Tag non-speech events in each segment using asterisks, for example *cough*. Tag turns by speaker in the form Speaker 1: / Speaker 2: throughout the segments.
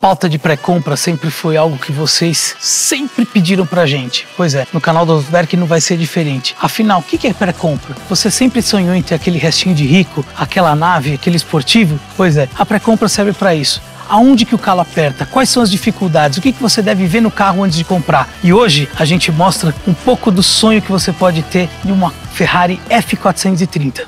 Speaker 1: pauta de pré-compra sempre foi algo que vocês sempre pediram pra gente. Pois é, no canal do Osberg não vai ser diferente. Afinal, o que é pré-compra? Você sempre sonhou em ter aquele restinho de rico, aquela nave, aquele esportivo? Pois é, a pré-compra serve para isso aonde que o calo aperta, quais são as dificuldades, o que, que você deve ver no carro antes de comprar. E hoje a gente mostra um pouco do sonho que você pode ter de uma Ferrari F430.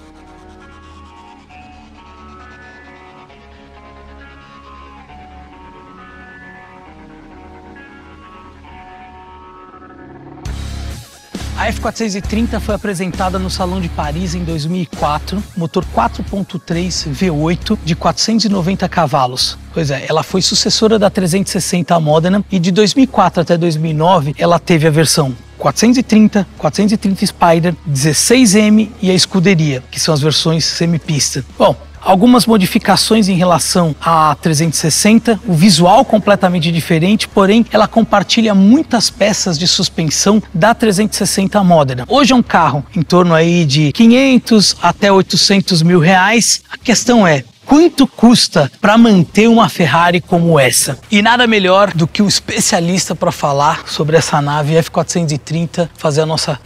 Speaker 1: A F430 foi apresentada no Salão de Paris em 2004, motor 4.3 V8 de 490 cavalos. Pois é, ela foi sucessora da 360 Modena e de 2004 até 2009 ela teve a versão 430, 430 Spider, 16M e a Escuderia, que são as versões semipista. Bom, algumas modificações em relação à 360, o visual completamente diferente, porém ela compartilha muitas peças de suspensão da 360 Modena. Hoje é um carro em torno aí de 500 até 800 mil reais. A questão é Quanto custa para manter uma Ferrari como essa? E nada melhor do que o especialista para falar sobre essa nave F430, fazer a nossa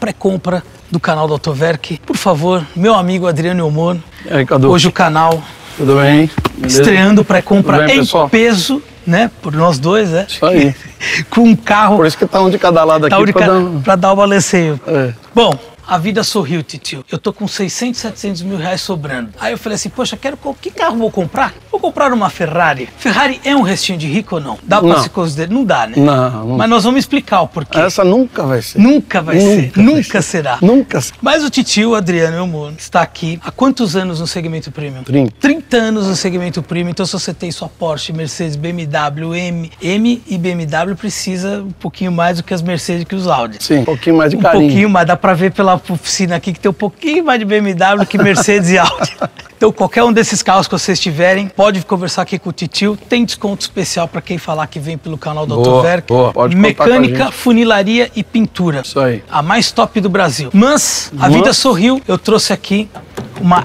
Speaker 1: pré-compra do canal do Autoverk. Por favor, meu amigo Adriano Elmon,
Speaker 2: E aí, Cadu?
Speaker 1: Hoje o canal
Speaker 2: Tudo bem? Beleza?
Speaker 1: estreando
Speaker 2: Tudo
Speaker 1: pré-compra
Speaker 2: bem,
Speaker 1: em
Speaker 2: pessoal?
Speaker 1: peso, né? Por nós dois, né?
Speaker 2: Isso aí.
Speaker 1: Com um carro
Speaker 2: Por isso que tá um de cada lado aqui.
Speaker 1: da
Speaker 2: pra
Speaker 1: Urica
Speaker 2: dar um-
Speaker 1: para dar o balanceio.
Speaker 2: É.
Speaker 1: Bom, a vida sorriu, tio. Eu tô com 600, 700 mil reais sobrando. Aí eu falei assim, poxa, quero co- que carro vou comprar? Vou comprar uma Ferrari. Ferrari é um restinho de rico ou não? Dá para
Speaker 2: Não.
Speaker 1: se considerar? Não dá, né?
Speaker 2: Não, não.
Speaker 1: Mas nós vamos explicar o porquê.
Speaker 2: Essa nunca vai ser.
Speaker 1: Nunca vai ser,
Speaker 2: vai
Speaker 1: nunca
Speaker 2: ser.
Speaker 1: será.
Speaker 2: Nunca será.
Speaker 1: Mas o titio Adriano Elmon está aqui há quantos anos no segmento premium?
Speaker 2: 30.
Speaker 1: 30 anos no segmento premium. Então, se você tem sua Porsche, Mercedes, BMW, M, M e BMW precisa um pouquinho mais do que as Mercedes e que os Audi.
Speaker 2: Sim, um pouquinho mais de
Speaker 1: Um
Speaker 2: carinho.
Speaker 1: pouquinho mais, dá pra ver pela oficina aqui que tem um pouquinho mais de BMW que Mercedes e
Speaker 2: *laughs*
Speaker 1: Audi. Então, qualquer um desses carros que vocês tiverem, pode conversar aqui com o Titio. Tem desconto especial pra quem falar que vem pelo canal do
Speaker 2: Boa,
Speaker 1: Autoverk.
Speaker 2: boa, pode contar com a
Speaker 1: Mecânica,
Speaker 2: gente.
Speaker 1: funilaria e pintura.
Speaker 2: Isso aí.
Speaker 1: A mais top do Brasil. Mas a
Speaker 2: Mas-
Speaker 1: vida sorriu. Eu trouxe aqui uma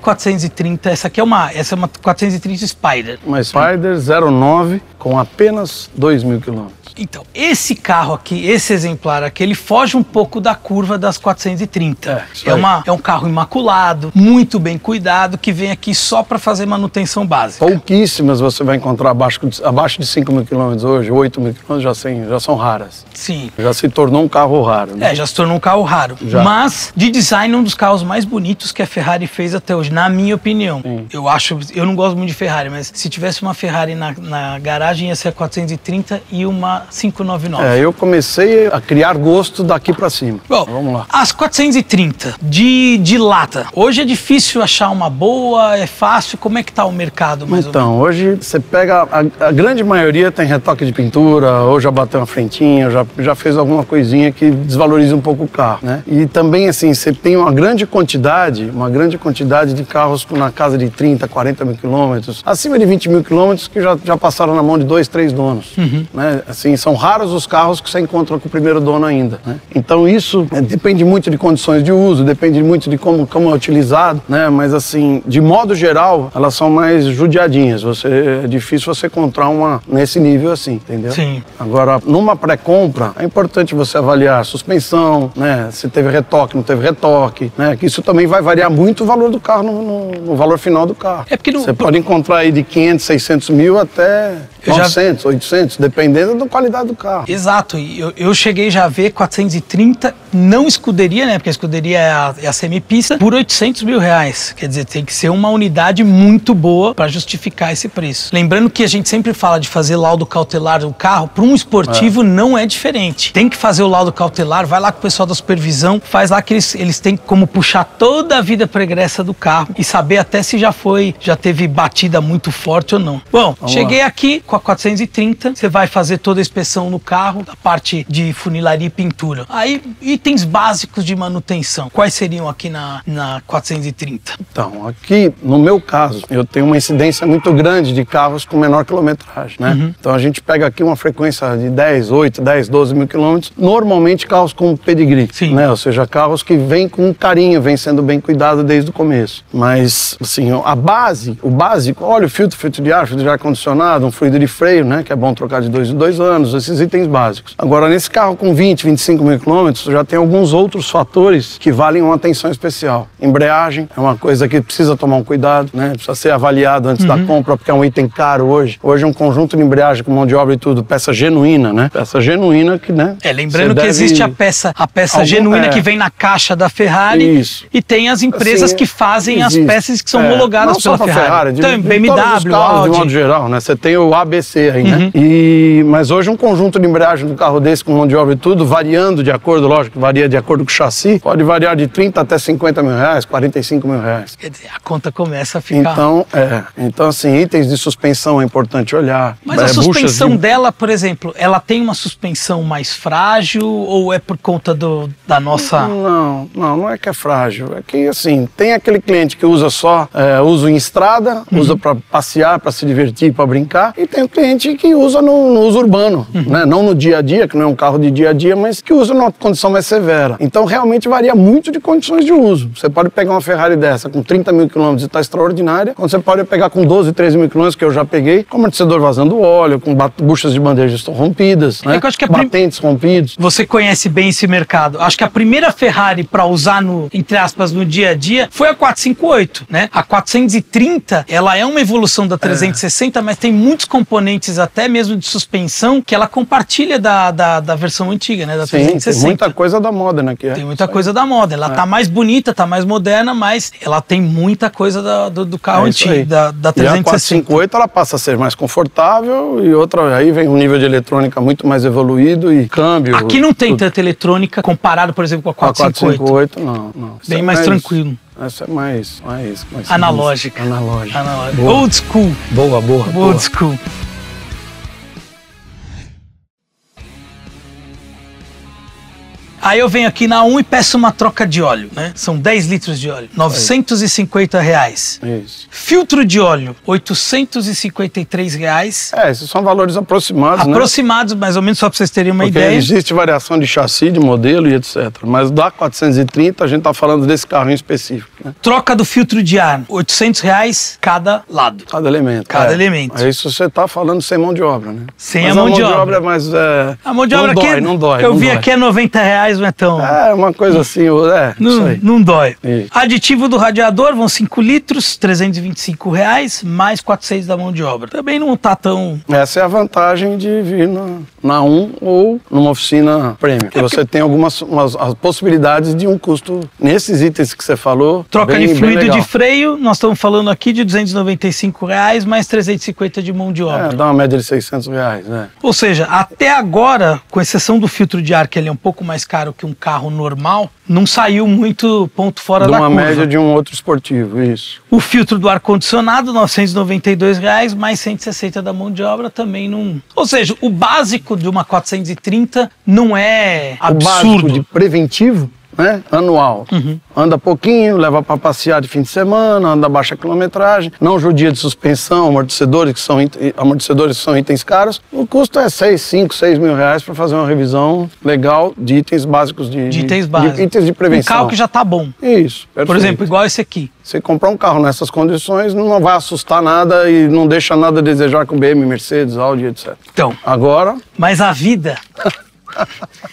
Speaker 1: F430. Essa aqui é uma, essa é uma 430 Spider.
Speaker 2: Uma Spider 09 com apenas 2 mil quilômetros.
Speaker 1: Então, esse carro aqui, esse exemplar aqui, ele foge um pouco da curva das 430.
Speaker 2: isso
Speaker 1: É,
Speaker 2: aí.
Speaker 1: uma, é um carro imaculado, muito bem cuidado, que vem aqui só para fazer manutenção básica.
Speaker 2: Pouquíssimas você vai encontrar abaixo, de- abaixo de 5 mil quilômetros hoje, 8 mil quilômetros já, sem- já são raras.
Speaker 1: Sim.
Speaker 2: Já se tornou um carro raro. Né?
Speaker 1: É, já se tornou um carro raro.
Speaker 2: Já.
Speaker 1: Mas, de design, um dos carros mais bonitos que a Ferrari fez até hoje, na minha opinião. Eu acho, eu não gosto muito de Ferrari, mas se tivesse uma Ferrari na, na garagem, ia ser a 430 e uma 599.
Speaker 2: É, eu comecei a criar gosto daqui pra cima.
Speaker 1: Bom,
Speaker 2: Então, vamos lá.
Speaker 1: As 430 de, de lata. Hoje é difícil achar uma boa, é fácil. Como é que tá o mercado mais ou
Speaker 2: Então, hoje você pega, a, a grande maioria tem retoque de pintura, ou já bateu uma frentinha, ou já, já fez alguma coisinha que desvaloriza um pouco o carro, né? E também, assim, você tem uma grande quantidade, uma grande quantidade de carros com- na casa de 30, 40 mil quilômetros, acima de 20 mil quilômetros, que já, já passaram na mão de dois, três donos,
Speaker 1: Uhum.
Speaker 2: né? Assim, são raros os carros que você encontra com o primeiro dono ainda, né? Então, isso eh, depende muito de condições de uso, depende muito de como, como é utilizado, né? Mas, assim, de modo geral, elas são mais judiadinhas. Você, é difícil você encontrar uma nesse nível assim, entendeu?
Speaker 1: Sim.
Speaker 2: Agora, numa pré-compra, é importante você avaliar a suspensão, né? Se teve retoque, não teve retoque, né? Que isso também vai variar muito o valor do carro no, no- no valor final do carro.
Speaker 1: É porque não-
Speaker 2: Você pode encontrar aí de 500, 600 mil até
Speaker 1: Eu já-
Speaker 2: 900, 800, dependendo da qualidade do carro.
Speaker 1: Exato, e eu, eu cheguei já a ver 430, não escuderia, né? Porque a escuderia é a, é a semipista, por 800 mil reais. Quer dizer, tem que ser uma unidade muito boa para justificar esse preço. Lembrando que a gente sempre fala de fazer laudo cautelar do carro, para um esportivo não é diferente. Tem que fazer o laudo cautelar, vai lá com o pessoal da supervisão, faz lá que eles, eles têm como puxar toda a vida pregressa do carro e saber até se já foi, já teve batida muito forte ou não. Bom,
Speaker 2: Vamos lá.
Speaker 1: cheguei cheguei aqui com a 430, você vai fazer toda a inspeção no carro, a parte de funilaria e pintura. Aí, itens básicos de manutenção. Quais seriam aqui na, na 430?
Speaker 2: Então, aqui, no meu caso, eu tenho uma incidência muito grande de carros com menor quilometragem, né?
Speaker 1: Uhum.
Speaker 2: Então, a gente pega aqui uma frequência de 10, 8, 10, 12 mil quilômetros, normalmente carros com pedigree,
Speaker 1: Sim.
Speaker 2: né? Ou seja, carros que vêm com carinho, vêm sendo bem cuidado desde o começo. Mas, assim, a base, o básico, olha o filtro, filtro de ar, filtro de ar-condicionado, um fluido de freio, né? Que é bom trocar de dois em dois anos, esses itens básicos. Agora, nesse carro com 20, 25 mil quilômetros, já tem alguns outros fatores que valem uma atenção especial. Embreagem é uma coisa que precisa tomar um cuidado, né? Precisa ser avaliado antes
Speaker 1: Uhum.
Speaker 2: da compra, porque é um item caro hoje. Hoje, um conjunto de embreagem com mão de obra e tudo, peça genuína, né? Peça genuína que, né?
Speaker 1: É, lembrando
Speaker 2: você
Speaker 1: que
Speaker 2: deve-
Speaker 1: existe a peça, a peça
Speaker 2: Algum-
Speaker 1: genuína
Speaker 2: é.
Speaker 1: que vem na caixa da Ferrari
Speaker 2: Isso.
Speaker 1: e tem as empresas
Speaker 2: Assim,
Speaker 1: que fazem as
Speaker 2: existe.
Speaker 1: peças que são
Speaker 2: É,
Speaker 1: homologadas
Speaker 2: não
Speaker 1: pela
Speaker 2: só pra
Speaker 1: Ferrari.
Speaker 2: de-
Speaker 1: Então,
Speaker 2: de todos os
Speaker 1: BMW,
Speaker 2: carros, De modo
Speaker 1: Audi. Uhum.
Speaker 2: geral, né? Você tem o ABC aí, né? E, mas hoje um conjunto de embreagem do carro desse com mão de obra e tudo, variando de acordo, lógico, varia de acordo com o chassi, pode variar de 30 até 50 mil reais, 45 mil reais.
Speaker 1: Quer dizer, a conta começa a ficar.
Speaker 2: Então, é. Então, assim, itens de suspensão é importante olhar.
Speaker 1: Mas
Speaker 2: É,
Speaker 1: a
Speaker 2: buchas de-
Speaker 1: suspensão dela, por exemplo, ela tem uma suspensão mais frágil ou é por conta do, da nossa.
Speaker 2: Hum, Não, não, não é que é frágil. É que, assim, tem aquele cliente que usa só, é, usa em estrada,
Speaker 1: Uhum.
Speaker 2: usa para passear, para se divertir, para brincar, e tem o cliente que usa no, no uso urbano,
Speaker 1: Uhum.
Speaker 2: né? Não no dia a dia, que não é um carro de dia a dia, mas que usa numa condição mais severa. Então, realmente varia muito de condições de uso. Você pode pegar uma Ferrari dessa com 30 mil quilômetros e está extraordinária, quando você pode pegar com 12, 13 mil quilômetros, que eu já peguei, com amortecedor vazando óleo, com bat- buchas de bandejas rompidas, né?
Speaker 1: É que eu acho que a prim-
Speaker 2: Batentes rompidos.
Speaker 1: Você conhece bem esse mercado. Acho que a primeira Ferrari para usar no, entre aspas, no dia a dia foi a 458, né? A 430, ela é uma evolução da 360, mas tem muitos componentes até mesmo de suspensão que ela compartilha da, da, da versão antiga, né? Da
Speaker 2: Sim,
Speaker 1: 360.
Speaker 2: tem muita coisa É. da moda, né? Que é.
Speaker 1: Tem muita coisa da moda. Ela tá mais bonita, tá mais moderna, mas ela tem muita coisa da- do, do carro
Speaker 2: É isso aí.
Speaker 1: antigo, da, da
Speaker 2: E a
Speaker 1: 360.
Speaker 2: 458 ela passa a ser mais confortável e outra aí vem um nível de eletrônica muito mais evoluído e câmbio.
Speaker 1: Aqui não tem
Speaker 2: tudo.
Speaker 1: tanta eletrônica comparado, por exemplo, com a
Speaker 2: a
Speaker 1: 458.
Speaker 2: 458 não, não. Isso
Speaker 1: Bem
Speaker 2: é
Speaker 1: mais tranquilo.
Speaker 2: Essa é mais, mais, mais
Speaker 1: Analógica.
Speaker 2: Analógica.
Speaker 1: Analógica.
Speaker 2: Boa.
Speaker 1: Ah, é Old school.
Speaker 2: Boa, boa, boa.
Speaker 1: Old school. Aí eu venho aqui na 1 e peço uma troca de óleo, né? São 10 litros de óleo, 950 reais.
Speaker 2: É Isso.
Speaker 1: Filtro de óleo, 853 reais.
Speaker 2: É, esses são valores aproximados, né?
Speaker 1: Aproximados, mais ou menos, só para vocês terem uma
Speaker 2: Porque
Speaker 1: ideia.
Speaker 2: existe variação de chassi, de modelo e etc. Mas da 430 a gente está falando desse carro em específico, né?
Speaker 1: Troca do filtro de ar, 800 reais cada lado.
Speaker 2: Cada elemento.
Speaker 1: Cada elemento.
Speaker 2: Aí isso você está falando sem mão de obra, né?
Speaker 1: Sem
Speaker 2: Mas
Speaker 1: a mão de obra.
Speaker 2: é mais. É,
Speaker 1: A mão de obra
Speaker 2: não
Speaker 1: aqui,
Speaker 2: dói,
Speaker 1: é-
Speaker 2: não dói.
Speaker 1: eu
Speaker 2: não
Speaker 1: vi
Speaker 2: dói.
Speaker 1: aqui é 90 reais, não é tão...
Speaker 2: É, uma coisa assim, é. isso
Speaker 1: Não,
Speaker 2: aí. É.
Speaker 1: não dói.
Speaker 2: Isso.
Speaker 1: Aditivo do radiador vão 5 litros, 325 reais, mais 400 da mão de obra. Também não tá tão...
Speaker 2: Essa é a vantagem de vir na, na 1 ou numa oficina premium.
Speaker 1: É
Speaker 2: Que você tem algumas umas- as possibilidades de um custo nesses itens que você falou.
Speaker 1: Troca
Speaker 2: bem-
Speaker 1: de
Speaker 2: bem
Speaker 1: fluido
Speaker 2: legal.
Speaker 1: de freio, nós estamos falando aqui de 295 reais, mais 350 de mão de obra.
Speaker 2: É, dá uma média de 600 reais, né?
Speaker 1: Ou seja, até agora, com exceção do filtro de ar, que ele é um pouco mais caro que um carro normal, não saiu muito ponto fora
Speaker 2: De
Speaker 1: da
Speaker 2: uma
Speaker 1: curva.
Speaker 2: média de um outro esportivo, isso.
Speaker 1: O filtro do ar-condicionado, R$ 992 reais, mais 160 da mão de obra também não... Ou seja, o básico de uma 430 não é
Speaker 2: O básico
Speaker 1: absurdo. Uhum.
Speaker 2: de preventivo, né? Anual. Anda pouquinho, leva para passear de fim de semana, anda baixa quilometragem, não judia de suspensão, amortecedores que são, it- amortecedores que são itens caros. O custo é 6, 5, 6 mil reais para fazer uma revisão legal de itens básicos de,
Speaker 1: De itens básicos.
Speaker 2: de itens de prevenção.
Speaker 1: Um carro que já tá bom.
Speaker 2: Isso, perfeito.
Speaker 1: Por exemplo, igual esse aqui.
Speaker 2: Você comprar um carro nessas condições não vai assustar nada e não deixa nada a desejar com BM, Mercedes, Audi, etc.
Speaker 1: Então,
Speaker 2: Agora,
Speaker 1: mas a vida... *laughs*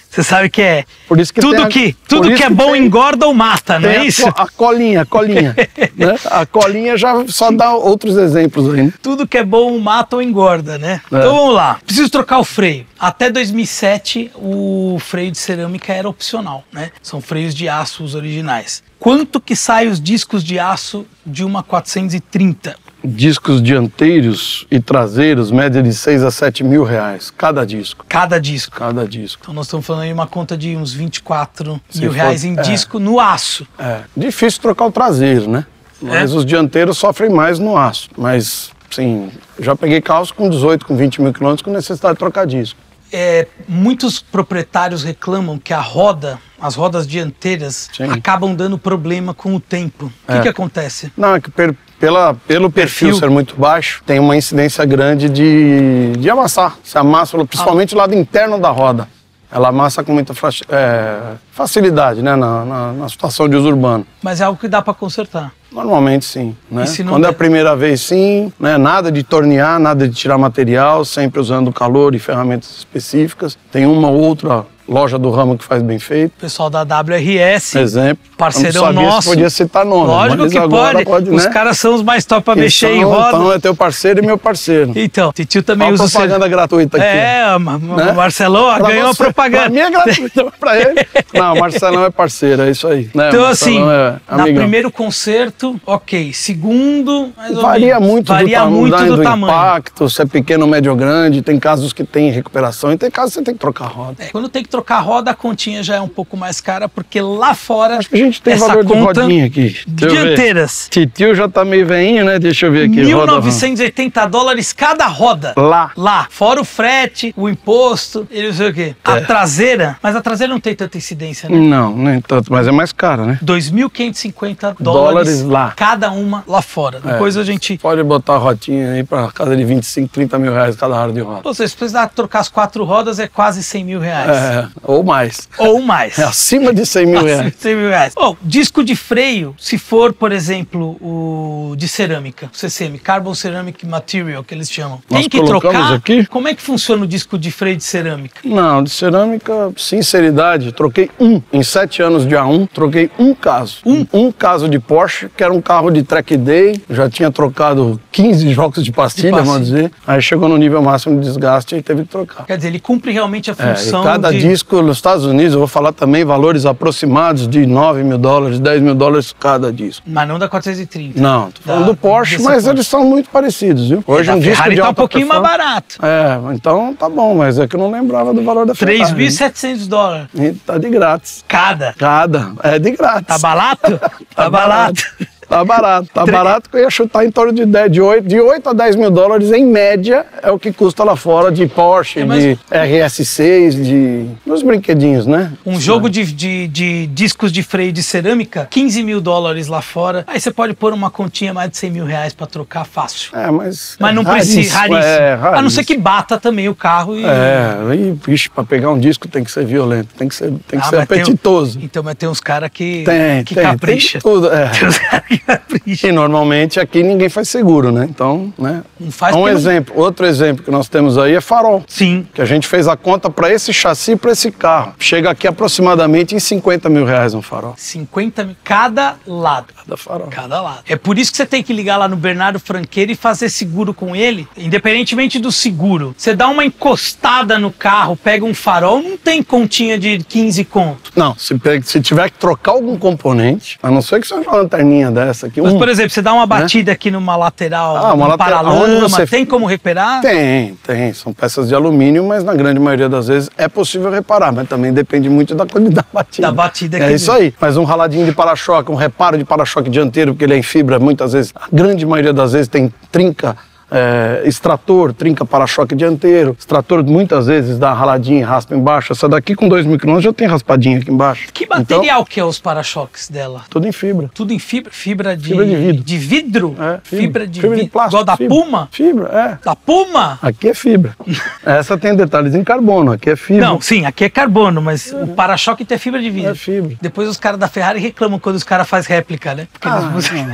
Speaker 1: Você sabe que é...
Speaker 2: Por isso que
Speaker 1: tudo
Speaker 2: tem a-
Speaker 1: que,
Speaker 2: por
Speaker 1: tudo
Speaker 2: isso
Speaker 1: que é
Speaker 2: que
Speaker 1: bom
Speaker 2: tem-
Speaker 1: engorda ou mata, não
Speaker 2: Tem
Speaker 1: é
Speaker 2: a
Speaker 1: isso?
Speaker 2: co- A, colinha,
Speaker 1: *laughs*
Speaker 2: a colinha. né? A colinha já só dá outros exemplos aí. né?
Speaker 1: tudo que é bom mata ou engorda, né?
Speaker 2: É.
Speaker 1: Então vamos lá. Preciso trocar o freio. Até 2007, o freio de cerâmica era opcional, né? São freios de aço os originais. Quanto que sai os discos de aço de uma 430?
Speaker 2: Discos dianteiros e traseiros, média de 6 a 7 mil reais. Cada disco.
Speaker 1: Cada disco.
Speaker 2: Cada disco.
Speaker 1: Então nós estamos falando aí uma conta de uns 24
Speaker 2: Se
Speaker 1: mil
Speaker 2: for-
Speaker 1: reais em
Speaker 2: é.
Speaker 1: disco no aço.
Speaker 2: É. Difícil trocar o traseiro, né?
Speaker 1: É.
Speaker 2: Mas os dianteiros sofrem mais no aço. Mas, sim, já peguei carros com 18, com 20 mil quilômetros com necessidade de trocar disco.
Speaker 1: É, muitos proprietários reclamam que a roda, as rodas dianteiras,
Speaker 2: Sim.
Speaker 1: acabam dando problema com o tempo. O que,
Speaker 2: É.
Speaker 1: que acontece?
Speaker 2: Não, é que per- pela, pelo perfil,
Speaker 1: Perfil.
Speaker 2: ser muito baixo, tem uma incidência grande de, de amassar. Se amassa, principalmente o lado interno da roda. Ela amassa com muita fa- é, facilidade, né? Na, na, na situação de uso urbano.
Speaker 1: Mas é algo que dá para consertar.
Speaker 2: Normalmente sim. Né?
Speaker 1: E se não
Speaker 2: Quando é
Speaker 1: der?
Speaker 2: a primeira vez, sim. Né? Nada de tornear, nada de tirar material, sempre usando calor e ferramentas específicas. Tem uma ou outra loja do ramo que faz bem feito.
Speaker 1: O pessoal da WRS,
Speaker 2: Exemplo.
Speaker 1: parceirão
Speaker 2: Eu não sabia
Speaker 1: nosso.
Speaker 2: Se podia citar nome.
Speaker 1: lógico
Speaker 2: é, mas
Speaker 1: que
Speaker 2: agora
Speaker 1: pode. Os
Speaker 2: né?
Speaker 1: caras são os mais top pra
Speaker 2: Que
Speaker 1: mexer em
Speaker 2: são- Então
Speaker 1: roda.
Speaker 2: é teu parceiro e meu parceiro.
Speaker 1: Então, Titio também
Speaker 2: Olha a
Speaker 1: usa o seu-
Speaker 2: propaganda gratuita aqui.
Speaker 1: É, a Ma- Ma- Marcelão ó,
Speaker 2: Pra
Speaker 1: ganhou a
Speaker 2: você- Pra
Speaker 1: propaganda.
Speaker 2: mim é gratuito, *laughs* pra ele. Não, o Marcelão é parceiro, é isso aí. Né?
Speaker 1: Então,
Speaker 2: Marcelão
Speaker 1: assim,
Speaker 2: é
Speaker 1: na
Speaker 2: amigão.
Speaker 1: primeiro concerto, ok. Segundo, mais ou
Speaker 2: Varia
Speaker 1: menos.
Speaker 2: muito
Speaker 1: Varia
Speaker 2: do, tam-
Speaker 1: muito
Speaker 2: da-
Speaker 1: do
Speaker 2: do
Speaker 1: tamanho.
Speaker 2: impacto, se é pequeno, médio ou grande. Tem casos que tem recuperação e tem casos que você tem que trocar a roda.
Speaker 1: É, quando tem que trocar a roda, a continha já é um pouco mais cara, porque lá fora.
Speaker 2: Acho que a gente tem
Speaker 1: essa
Speaker 2: valor de
Speaker 1: conta
Speaker 2: rodinha aqui. Deixa eu ver.
Speaker 1: Dianteiras.
Speaker 2: Titio já tá meio veinho, né? Deixa eu ver aqui. roda, roda.
Speaker 1: 1980 dólares cada roda.
Speaker 2: Lá.
Speaker 1: Lá. Fora o frete, o imposto, ele não sei o quê.
Speaker 2: É.
Speaker 1: A traseira. Mas a traseira não tem tanta incidência, né?
Speaker 2: Não, nem tanto, mas é mais caro, né?
Speaker 1: 2.550 dólares,
Speaker 2: Dólares lá. É.
Speaker 1: cada uma lá fora. Depois a gente.
Speaker 2: Pode botar a rotinha aí pra casa de 25, 30 mil reais cada hora de roda.
Speaker 1: Pô, se você precisar trocar as quatro rodas, é quase 100 mil reais.
Speaker 2: É, ou mais.
Speaker 1: Ou mais.
Speaker 2: É acima de 100 mil reais.
Speaker 1: 100 mil reais. Bom, disco de freio, se for, por exemplo, o de cerâmica, o CCM, Carbon Ceramic Material, que eles chamam.
Speaker 2: Nós
Speaker 1: Tem que
Speaker 2: colocamos
Speaker 1: trocar.
Speaker 2: aqui?
Speaker 1: Como é que funciona o disco de freio de cerâmica?
Speaker 2: Não, de cerâmica, sinceridade, troquei um. Em sete anos de A1, troquei um caso. Um? Um caso de Porsche, que era um carro de track day. Já tinha trocado 15 jogos de pastilha,
Speaker 1: pastilha.
Speaker 2: vamos dizer. Aí chegou no nível máximo de desgaste e teve que trocar.
Speaker 1: Quer dizer, ele cumpre realmente a
Speaker 2: É, e
Speaker 1: função
Speaker 2: cada
Speaker 1: de...
Speaker 2: disco nos Estados Unidos, eu vou falar também valores aproximados de 9 mil dólares, 10 mil dólares cada disco.
Speaker 1: Mas não da 430.
Speaker 2: Não, tô falando
Speaker 1: Da-
Speaker 2: do Porsche,
Speaker 1: dessa
Speaker 2: mas
Speaker 1: Porsche.
Speaker 2: eles são muito parecidos, viu? Hoje
Speaker 1: Da
Speaker 2: um disco
Speaker 1: Ferrari
Speaker 2: de
Speaker 1: tá um
Speaker 2: alta
Speaker 1: pouquinho mais
Speaker 2: performance-
Speaker 1: barato.
Speaker 2: É, então tá bom, mas é que eu não lembrava do valor da Ferrari.
Speaker 1: 3.700 dólares
Speaker 2: E tá de grátis.
Speaker 1: cada.
Speaker 2: Cada. É de grátis.
Speaker 1: Tá
Speaker 2: *laughs*
Speaker 1: barato? tá barato.
Speaker 2: Tá barato. Tá barato que eu ia chutar em torno de, 10, de, 8, de 8 a 10 mil dólares, em média, é o que custa lá fora de Porsche,
Speaker 1: É, mas-
Speaker 2: de RS6, de. Nos brinquedinhos, né?
Speaker 1: Um jogo de, de, de discos de freio de cerâmica, 15 mil dólares lá fora. Aí você pode pôr uma continha mais de 100 mil reais pra trocar fácil.
Speaker 2: É, mas.
Speaker 1: Mas não
Speaker 2: é
Speaker 1: precisa, raríssimo.
Speaker 2: É,
Speaker 1: A não ser que bata também o carro e.
Speaker 2: É, e, vixe, pra pegar um disco tem que ser violento, tem que ser, tem que
Speaker 1: Ah,
Speaker 2: ser
Speaker 1: mas tem-
Speaker 2: apetitoso.
Speaker 1: então, mas tem uns caras que,
Speaker 2: Tem,
Speaker 1: que
Speaker 2: tem,
Speaker 1: capricha.
Speaker 2: tem tudo,
Speaker 1: *laughs*
Speaker 2: é.
Speaker 1: Tem uns caras que capricha.
Speaker 2: E normalmente aqui ninguém faz seguro, né? Então, né?
Speaker 1: Não faz
Speaker 2: um
Speaker 1: porque não-
Speaker 2: exemplo, outro exemplo que nós temos aí é farol.
Speaker 1: Sim.
Speaker 2: Que a gente fez a conta para esse chassi e para esse carro. Chega aqui aproximadamente em 50 mil reais um farol.
Speaker 1: 50 mil. Cada lado.
Speaker 2: Cada farol.
Speaker 1: Cada lado. É por isso que você tem que ligar lá no Bernardo Franqueiro e fazer seguro com ele, independentemente do seguro. Você dá uma encostada no carro, pega um farol, não tem continha de 15 conto.
Speaker 2: Não, se, pe- se tiver que trocar algum componente, a não ser que seja uma lanterninha dessa aqui.
Speaker 1: Mas,
Speaker 2: um-
Speaker 1: por exemplo, você dá uma batida aqui numa lateral,
Speaker 2: Ah, uma
Speaker 1: num
Speaker 2: lateral,
Speaker 1: paralama,
Speaker 2: você-
Speaker 1: tem como *laughs* recuperar?
Speaker 2: Tem, tem. São peças de alumínio, mas na grande maioria das vezes é possível reparar, mas também depende muito da qualidade da batida.
Speaker 1: Da batida
Speaker 2: É
Speaker 1: que-
Speaker 2: isso aí. Mas um raladinho de para-choque, um reparo de para-choque dianteiro, porque ele é em fibra, muitas vezes, a grande maioria das vezes tem trinca. é, extrator, trinca para-choque dianteiro, extrator muitas vezes dá raladinha, raspa embaixo. Essa daqui com 2 mil quilômetros já tem raspadinha aqui embaixo.
Speaker 1: Que
Speaker 2: Então,
Speaker 1: material que é os para-choques dela?
Speaker 2: tudo em fibra.
Speaker 1: Tudo em fibra, fibra de,
Speaker 2: Fibra de vidro.
Speaker 1: de vidro?
Speaker 2: É,
Speaker 1: fibra. de
Speaker 2: fibra de
Speaker 1: vidro.
Speaker 2: plástico.
Speaker 1: Igual da
Speaker 2: fibra.
Speaker 1: Puma?
Speaker 2: Fibra, é.
Speaker 1: Da Puma?
Speaker 2: Aqui é
Speaker 1: *laughs*
Speaker 2: fibra. Essa tem detalhes em carbono, aqui é fibra.
Speaker 1: Não, sim, aqui é carbono, mas o para-choque tem fibra de vidro.
Speaker 2: Uhum. É fibra.
Speaker 1: Depois os caras da Ferrari reclamam quando os caras fazem réplica, né? Porque
Speaker 2: Ah,
Speaker 1: eles usam-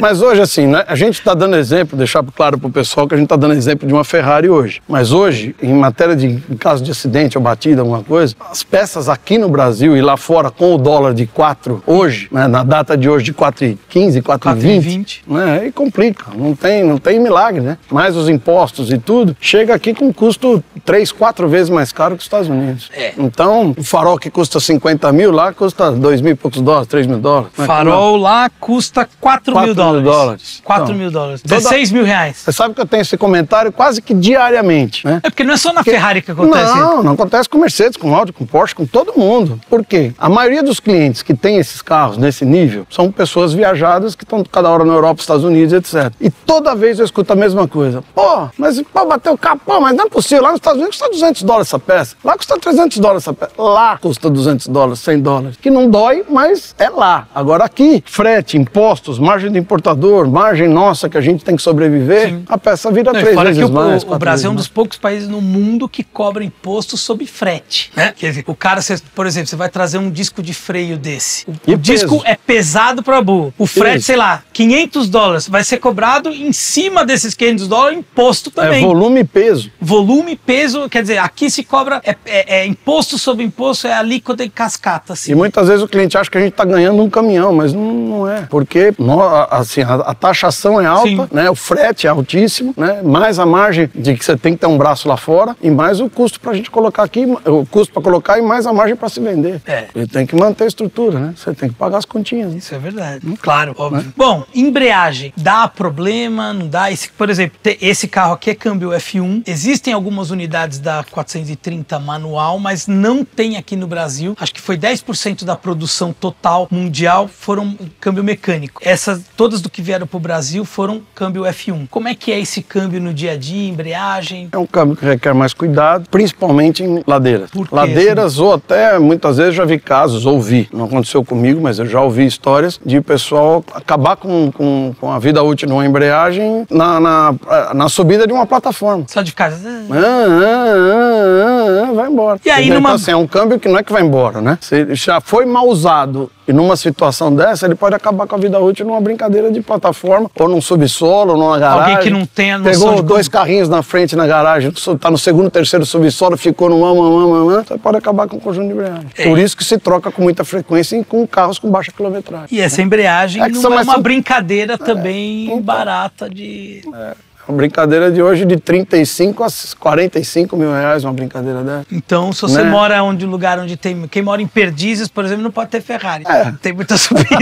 Speaker 2: Mas hoje, assim, né, a gente está dando exemplo, deixar claro para o pessoal que a gente está dando exemplo de uma Ferrari hoje. Mas hoje, em matéria de em caso de acidente ou batida, alguma coisa, as peças aqui no Brasil e lá fora, com o dólar de 4 hoje, né, na data de hoje de 4,15, 4,20,
Speaker 1: 4,20,
Speaker 2: né, aí complica. Não tem, não tem milagre, né? Mais os impostos e tudo, chega aqui com um custo 3, 4 vezes mais caro que os Estados Unidos.
Speaker 1: É.
Speaker 2: Então, o farol que custa 50 mil, lá custa 2 mil e poucos dólares, 3 mil dólares. né?
Speaker 1: Farol lá custa 4, mil
Speaker 2: 4 mil
Speaker 1: dólares.
Speaker 2: dólares.
Speaker 1: 4
Speaker 2: Então,
Speaker 1: mil dólares.
Speaker 2: toda-
Speaker 1: 16 mil reais.
Speaker 2: Você sabe que eu tenho esse comentário quase que diariamente, né?
Speaker 1: É porque não é só na Ferrari que acontece.
Speaker 2: Não, não acontece com Mercedes, com Audi, com Porsche, com todo mundo. Por quê? A maioria dos clientes que tem esses carros nesse nível são pessoas viajadas que estão cada hora na Europa, Estados Unidos, etc. E toda vez eu escuto a mesma coisa. Pô, mas pô, bateu o carro, pô, mas não é possível. Lá nos Estados Unidos custa 200 dólares essa peça. Lá custa 300 dólares essa peça. Lá custa 200 dólares, 100 dólares. Que não dói, mas é lá. Agora aqui, frete, impostos, margem do importador, margem nossa que a gente tem que sobreviver sobreviver,
Speaker 1: Sim.
Speaker 2: a peça vira
Speaker 1: Não, e
Speaker 2: três
Speaker 1: fora
Speaker 2: vezes
Speaker 1: que o,
Speaker 2: mais.
Speaker 1: o
Speaker 2: quatro
Speaker 1: Brasil é um
Speaker 2: vezes
Speaker 1: dos poucos países no mundo que cobra imposto sobre frete, né? Quer dizer, o cara, você- por exemplo, você vai trazer um disco de freio desse. O,
Speaker 2: E
Speaker 1: o disco
Speaker 2: peso?
Speaker 1: é pesado pra burro. O frete,
Speaker 2: Isso.
Speaker 1: sei lá, 500 dólares. Vai ser cobrado em cima desses 500 dólares imposto
Speaker 2: mais.
Speaker 1: também.
Speaker 2: É volume e peso.
Speaker 1: Volume, peso, quer dizer, aqui se cobra, é, é- é imposto sobre imposto, é alíquota e cascata, assim.
Speaker 2: E muitas vezes o cliente acha que a gente está ganhando um caminhão, mas não, não é. Porque nó- a- assim, a, a taxação é
Speaker 1: Sim.
Speaker 2: alta, né? o frete é altíssimo, né? mais a margem de que você tem que ter um braço lá fora, e mais o custo para a gente colocar aqui, o custo para colocar e mais a margem para se vender.
Speaker 1: É.
Speaker 2: Ele tem que manter a estrutura, né? Você tem que pagar as continhas. né?
Speaker 1: Isso é verdade. Claro, óbvio. Bom, embreagem. Dá problema, não dá? Esse, por exemplo, te- esse carro aqui é câmbio F1. Existem algumas unidades da 430 manual, mas não tem aqui no Brasil. Acho que foi 10% da produção total mundial foram câmbio mecânico. Essas, todas do que vieram para o Brasil foram câmbio F1. Como é que é esse câmbio no dia a dia, embreagem?
Speaker 2: É um câmbio que requer mais cuidado, principalmente em ladeiras.
Speaker 1: Por quê,
Speaker 2: ladeiras ou até, muitas vezes, já vi casos, ouvi. Não aconteceu comigo, mas eu já ouvi histórias de pessoal acabar com, com, com a vida útil de uma embreagem na, na, na subida de uma plataforma.
Speaker 1: Só de casa.
Speaker 2: Ah, ah, ah, ah, ah, vai embora.
Speaker 1: E aí,
Speaker 2: Entendeu?
Speaker 1: numa-
Speaker 2: Então, assim, é um câmbio que não é que vai embora, né? Se já foi mal usado e numa situação dessa, ele pode acabar com a vida útil numa brincadeira de plataforma, ou num subsolo, ou numa garagem.
Speaker 1: que não tenha noção
Speaker 2: Pegou
Speaker 1: de
Speaker 2: dois carrinhos na frente na garagem, so- tá no segundo, terceiro subsolo, ficou no mamãe, você pode acabar com o conjunto de embreagem.
Speaker 1: É.
Speaker 2: Por isso que se troca com muita frequência e com carros com baixa quilometragem.
Speaker 1: E essa embreagem
Speaker 2: É que são então-
Speaker 1: não é
Speaker 2: mais
Speaker 1: uma
Speaker 2: sim-
Speaker 1: brincadeira também barata de.
Speaker 2: Uma brincadeira de hoje de 35 a 45 mil reais, uma brincadeira dessa.
Speaker 1: Então, se você
Speaker 2: Né?
Speaker 1: mora onde lugar onde tem. Quem mora em Perdizes, por exemplo, não pode ter Ferrari.
Speaker 2: É.
Speaker 1: Tem muita
Speaker 2: *laughs*
Speaker 1: subida.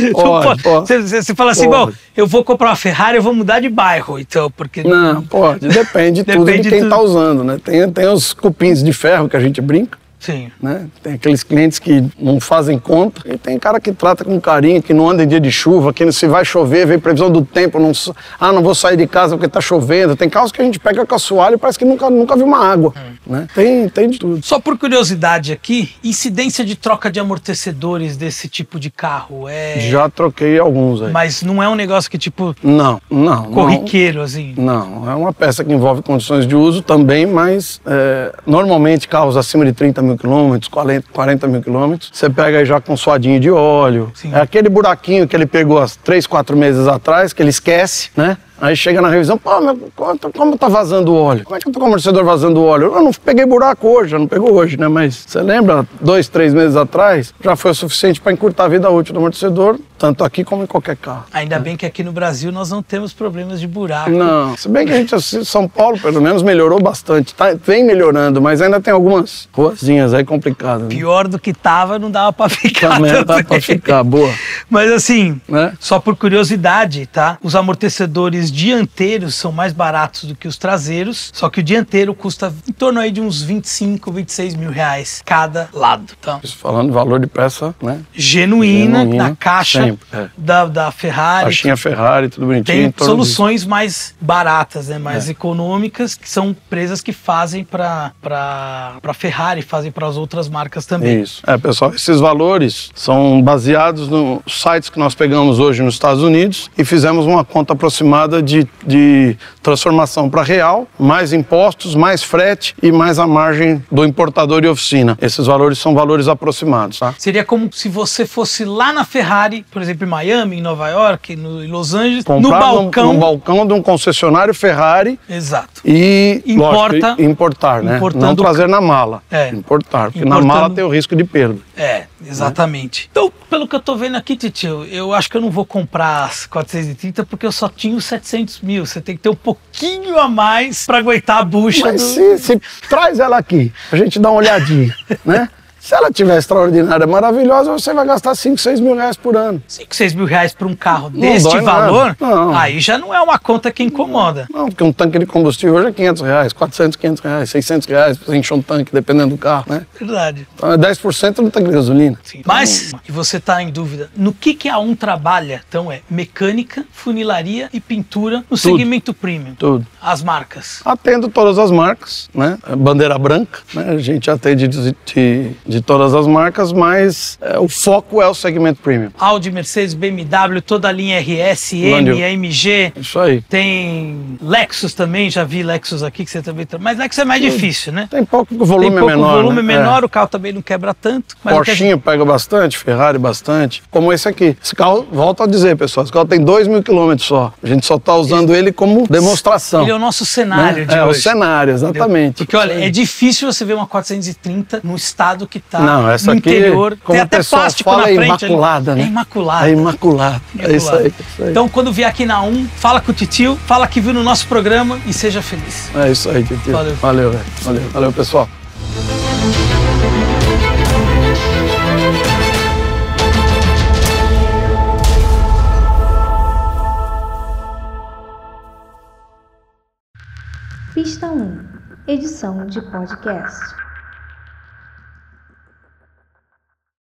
Speaker 1: Não
Speaker 2: Pode,
Speaker 1: pode.
Speaker 2: pode.
Speaker 1: Você, você- você fala assim,
Speaker 2: Pode.
Speaker 1: bom, eu vou comprar uma Ferrari, eu vou mudar de bairro, então, porque.
Speaker 2: Não, pode. Depende, tudo
Speaker 1: Depende de
Speaker 2: de quem
Speaker 1: tudo.
Speaker 2: está usando, né? Tem, tem os cupins de ferro que a gente brinca,
Speaker 1: Sim.
Speaker 2: né? Tem aqueles clientes que não fazem conta. E tem cara que trata com carinho, que não anda em dia de chuva, que se vai chover, vem previsão do tempo, não... sa- ah, não vou sair de casa porque tá chovendo. Tem carros que a gente pega com a assoalho e parece que nunca, nunca viu uma água,
Speaker 1: Hum.
Speaker 2: né? Tem, tem de tudo.
Speaker 1: Só por curiosidade aqui, incidência de troca de amortecedores desse tipo de carro é.
Speaker 2: Já troquei alguns aí.
Speaker 1: Mas não é um negócio que, tipo,
Speaker 2: Não, não, não.
Speaker 1: corriqueiro, assim.
Speaker 2: Não, é uma peça que envolve condições de uso também, mas é, normalmente carros acima de 30 mil quilômetros, 40, 40 mil quilômetros, você pega aí já com suadinho de óleo.
Speaker 1: Sim.
Speaker 2: É aquele buraquinho que ele pegou há 3, 4 meses atrás, que ele esquece, né? Aí chega na revisão, pô, meu, quanto- como tá vazando o óleo? Como é que tá o amortecedor vazando o óleo? Eu não peguei buraco hoje, eu não pegou hoje, né? Mas você lembra, dois, três meses atrás, já foi o suficiente para encurtar a vida útil do amortecedor, tanto aqui como em qualquer carro.
Speaker 1: Ainda bem que aqui no Brasil nós não temos problemas de buraco.
Speaker 2: Hum. Não. Se bem que a gente, assim, São Paulo, pelo menos, melhorou bastante. Tá, vem melhorando, mas ainda tem algumas ruazinhas aí complicadas. Né?
Speaker 1: Pior do que tava, não dava pra ficar.
Speaker 2: Também dá pra
Speaker 1: também.
Speaker 2: ficar boa.
Speaker 1: Mas assim,
Speaker 2: Né?
Speaker 1: só por curiosidade, tá? Os amortecedores dianteiros são mais baratos do que os traseiros, só que o dianteiro custa em torno aí de uns 25, 26 mil reais cada lado. Então,
Speaker 2: Isso falando valor de peça, né?
Speaker 1: genuína,
Speaker 2: Genuína,
Speaker 1: na caixa
Speaker 2: sempre, é.
Speaker 1: da, da Ferrari.
Speaker 2: Caixinha Ferrari, tudo bonitinho.
Speaker 1: Tem
Speaker 2: em torno disso. É.
Speaker 1: soluções mais baratas, né? mais econômicas, que são empresas que fazem para para Ferrari, fazem para as outras marcas também.
Speaker 2: Isso. É, pessoal, esses valores são baseados nos sites que nós pegamos hoje nos Estados Unidos e fizemos uma conta aproximada de, de transformação para real, mais impostos, mais frete e mais a margem do importador e oficina. Esses valores são valores aproximados, tá?
Speaker 1: Seria como se você fosse lá na Ferrari, por exemplo, em Miami, em Nova York, no, em Los Angeles, no
Speaker 2: comprar num-
Speaker 1: balcão.
Speaker 2: num balcão de um concessionário Ferrari
Speaker 1: Exato.
Speaker 2: e
Speaker 1: Importa-
Speaker 2: lógico, e importar, né?
Speaker 1: importando-
Speaker 2: Não trazer na mala.
Speaker 1: É.
Speaker 2: Importar, porque
Speaker 1: Importando-
Speaker 2: na mala tem o risco de perda.
Speaker 1: É,
Speaker 2: Né?
Speaker 1: exatamente. Então, pelo que eu tô vendo aqui, Titio, eu acho que eu não vou comprar as 430 porque eu só tinha os 700 mil. Você tem que ter um pouquinho a mais pra aguentar a bucha.
Speaker 2: Mas
Speaker 1: do-
Speaker 2: se, se traz ela aqui, a gente dá uma
Speaker 1: *laughs*
Speaker 2: olhadinha, né? Se ela tiver extraordinária, maravilhosa, você vai gastar 5, 6 mil reais por ano.
Speaker 1: 5, 6 mil reais pra um carro deste
Speaker 2: dói nada.
Speaker 1: valor,
Speaker 2: Não.
Speaker 1: aí já não é uma conta que incomoda.
Speaker 2: Não, porque um tanque de combustível hoje é 500 reais, 400, 500 reais, 600 reais, pra você encher um tanque, dependendo do carro, né?
Speaker 1: Verdade.
Speaker 2: Então é 10% do tanque de gasolina.
Speaker 1: Sim. Mas, e você tá em dúvida, no que, que a Um trabalha? Então é mecânica, funilaria e pintura no segmento premium.
Speaker 2: Tudo.
Speaker 1: As marcas.
Speaker 2: É Atendo todas as marcas, né? Bandeira branca, né? A gente atende de, de- de de todas as marcas, mas é, o foco é o segmento premium.
Speaker 1: Audi, Mercedes, BMW, toda a linha RS,
Speaker 2: Landio.
Speaker 1: M, AMG.
Speaker 2: Isso aí.
Speaker 1: Tem Lexus também, já vi Lexus aqui que você também tra- Mas Lexus é mais difícil, né?
Speaker 2: Tem pouco o volume
Speaker 1: Tem pouco
Speaker 2: menor.
Speaker 1: volume
Speaker 2: né?
Speaker 1: menor, o carro também não quebra tanto.
Speaker 2: É.
Speaker 1: Mas o que a gente-
Speaker 2: Porschinho pega bastante, Ferrari bastante, como esse aqui. Esse carro, volto a dizer, pessoal, esse carro tem 2 mil quilômetros só. A gente só está usando ele como demonstração.
Speaker 1: Ele é o nosso cenário
Speaker 2: Então, né?
Speaker 1: de
Speaker 2: É,
Speaker 1: hoje.
Speaker 2: o cenário,
Speaker 1: entendeu?
Speaker 2: exatamente.
Speaker 1: Porque, olha, é difícil você ver uma 430 no estado que tá
Speaker 2: Não, essa
Speaker 1: no
Speaker 2: aqui,
Speaker 1: interior.
Speaker 2: como
Speaker 1: Tem
Speaker 2: o
Speaker 1: até
Speaker 2: pessoal
Speaker 1: plástico
Speaker 2: fala,
Speaker 1: na
Speaker 2: é
Speaker 1: frente. ali.
Speaker 2: imaculada, né?
Speaker 1: É imaculada.
Speaker 2: É imaculado. É isso aí.
Speaker 1: imaculada.
Speaker 2: isso aí.
Speaker 1: Então, quando vier aqui na 1, fala com o Titio, fala que viu no nosso programa e seja feliz.
Speaker 2: É isso aí, Titi.
Speaker 1: Valeu.
Speaker 2: Valeu, velho. Valeu, valeu, pessoal.
Speaker 3: Pista 1 Edição de podcast.